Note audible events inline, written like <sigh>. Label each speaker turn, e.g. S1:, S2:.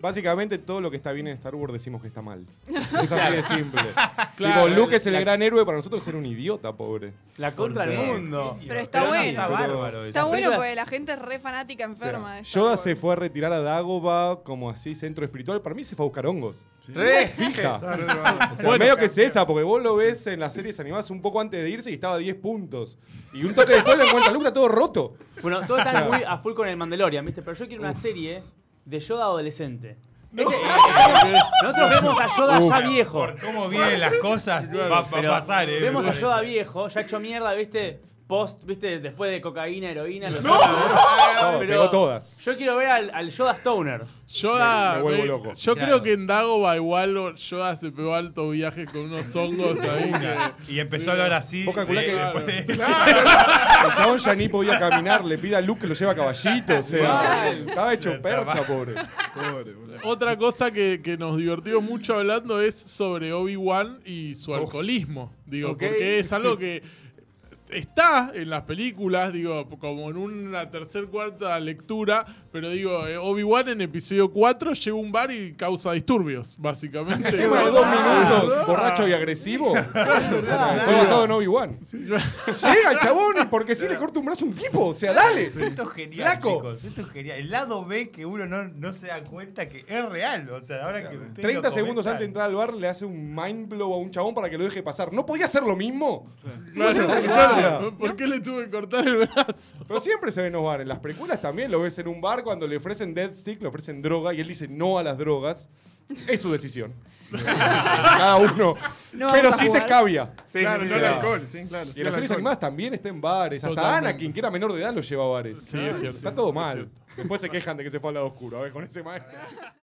S1: Básicamente todo lo que está bien en Star Wars decimos que está mal. Es así de simple. Tipo, Luke es el gran héroe, para nosotros era un idiota, pobre.
S2: La contra del mundo.
S3: Pero está
S2: no,
S3: bueno.
S2: Está bárbaro eso.
S3: Está
S2: Las
S3: bueno
S2: películas-
S3: pues. porque la gente es re fanática enferma. de Star
S1: Yoda
S3: Wars.
S1: se fue a retirar a Dagoba como así centro espiritual. Para mí se fue a buscar hongos.
S3: <laughs>
S2: Re.
S1: Fija.
S4: Está re drogado.
S5: ah,
S1: O sea, medio que es esa, porque vos lo ves en las series animadas un poco antes de irse y estaba a 10 puntos. Y un toque después lo encuentra Luke, está todo roto.
S2: Bueno, todos están muy a full con el Mandalorian, ¿viste? Pero yo quiero una serie de Yoda adolescente.
S3: <laughs>
S2: Este- nosotros vemos a Yoda ya viejo.
S5: Por cómo vienen las cosas, va, va
S2: Pero
S5: a pasar, eh.
S2: Vemos
S5: me
S2: a
S5: parece.
S2: Yoda viejo, ya hecho mierda, ¿viste? Post, ¿viste? Después de cocaína, heroína, los <laughs>
S5: Ah,
S1: Todo, pegó todas.
S2: Yo quiero ver al, al Yoda Stoner.
S1: Me-
S6: Yoda,
S1: me vuelvo
S6: me-
S1: loco.
S6: yo
S5: Claro.
S6: creo que en Dagoba igual Yoda se pegó alto viaje con
S5: <laughs>
S6: unos hongos ahí.
S5: Una. Y empezó a hablar así.
S1: Vos calculá
S5: eh,
S1: que-
S5: después de-
S1: El chabón ya ni podía caminar, le pide a Luke que lo lleve a caballito. O sea, estaba hecho percha, pobre.
S4: Pobre, boludo.
S6: Otra cosa que, que nos divertió mucho hablando es sobre Obi-Wan y su alcoholismo. Digo,
S2: Ok.
S6: porque es algo que está en las películas, digo, como en una tercer, cuarta lectura, pero digo, eh, Obi-Wan en episodio 4 llega a un bar y causa disturbios, básicamente.
S1: Tengo <laughs> dos
S6: Ah,
S1: minutos, borracho y agresivo. Fue basado en Obi-Wan. Llega el chabón y porque si le corta un brazo a un tipo. O sea, dale.
S5: Esto es genial,
S1: Flaco.
S5: chicos. Esto es genial. El lado B que uno no, no se da cuenta que es real. O sea, ahora que ustedes
S1: 30
S5: lo
S1: segundos
S5: comentan-
S1: antes de entrar al bar le hace un mind blow a un chabón para que lo deje pasar. ¿No podía hacer lo mismo?
S6: Claro, claro. ¿Por qué le tuve que cortar el brazo?
S1: Pero siempre se ven los bares. En las precuelas también lo ves en un bar cuando le ofrecen dead stick, le ofrecen droga y él dice no a las drogas. Es su decisión. Cada uno.
S3: No
S1: Pero
S3: vamos a
S1: sí se
S3: jugar.
S1: escabia.
S4: Claro, no
S1: sí.
S4: el alcohol, sí, claro.
S1: Y en las series animadas también está en bares. Hasta
S6: Totalmente.
S1: Ana, quien que era menor de edad, lo lleva a bares.
S6: Sí, es cierto.
S1: Está todo
S6: Es
S1: mal.
S6: cierto.
S1: Después se quejan de que se fue al lado oscuro. A ver, con ese maestro.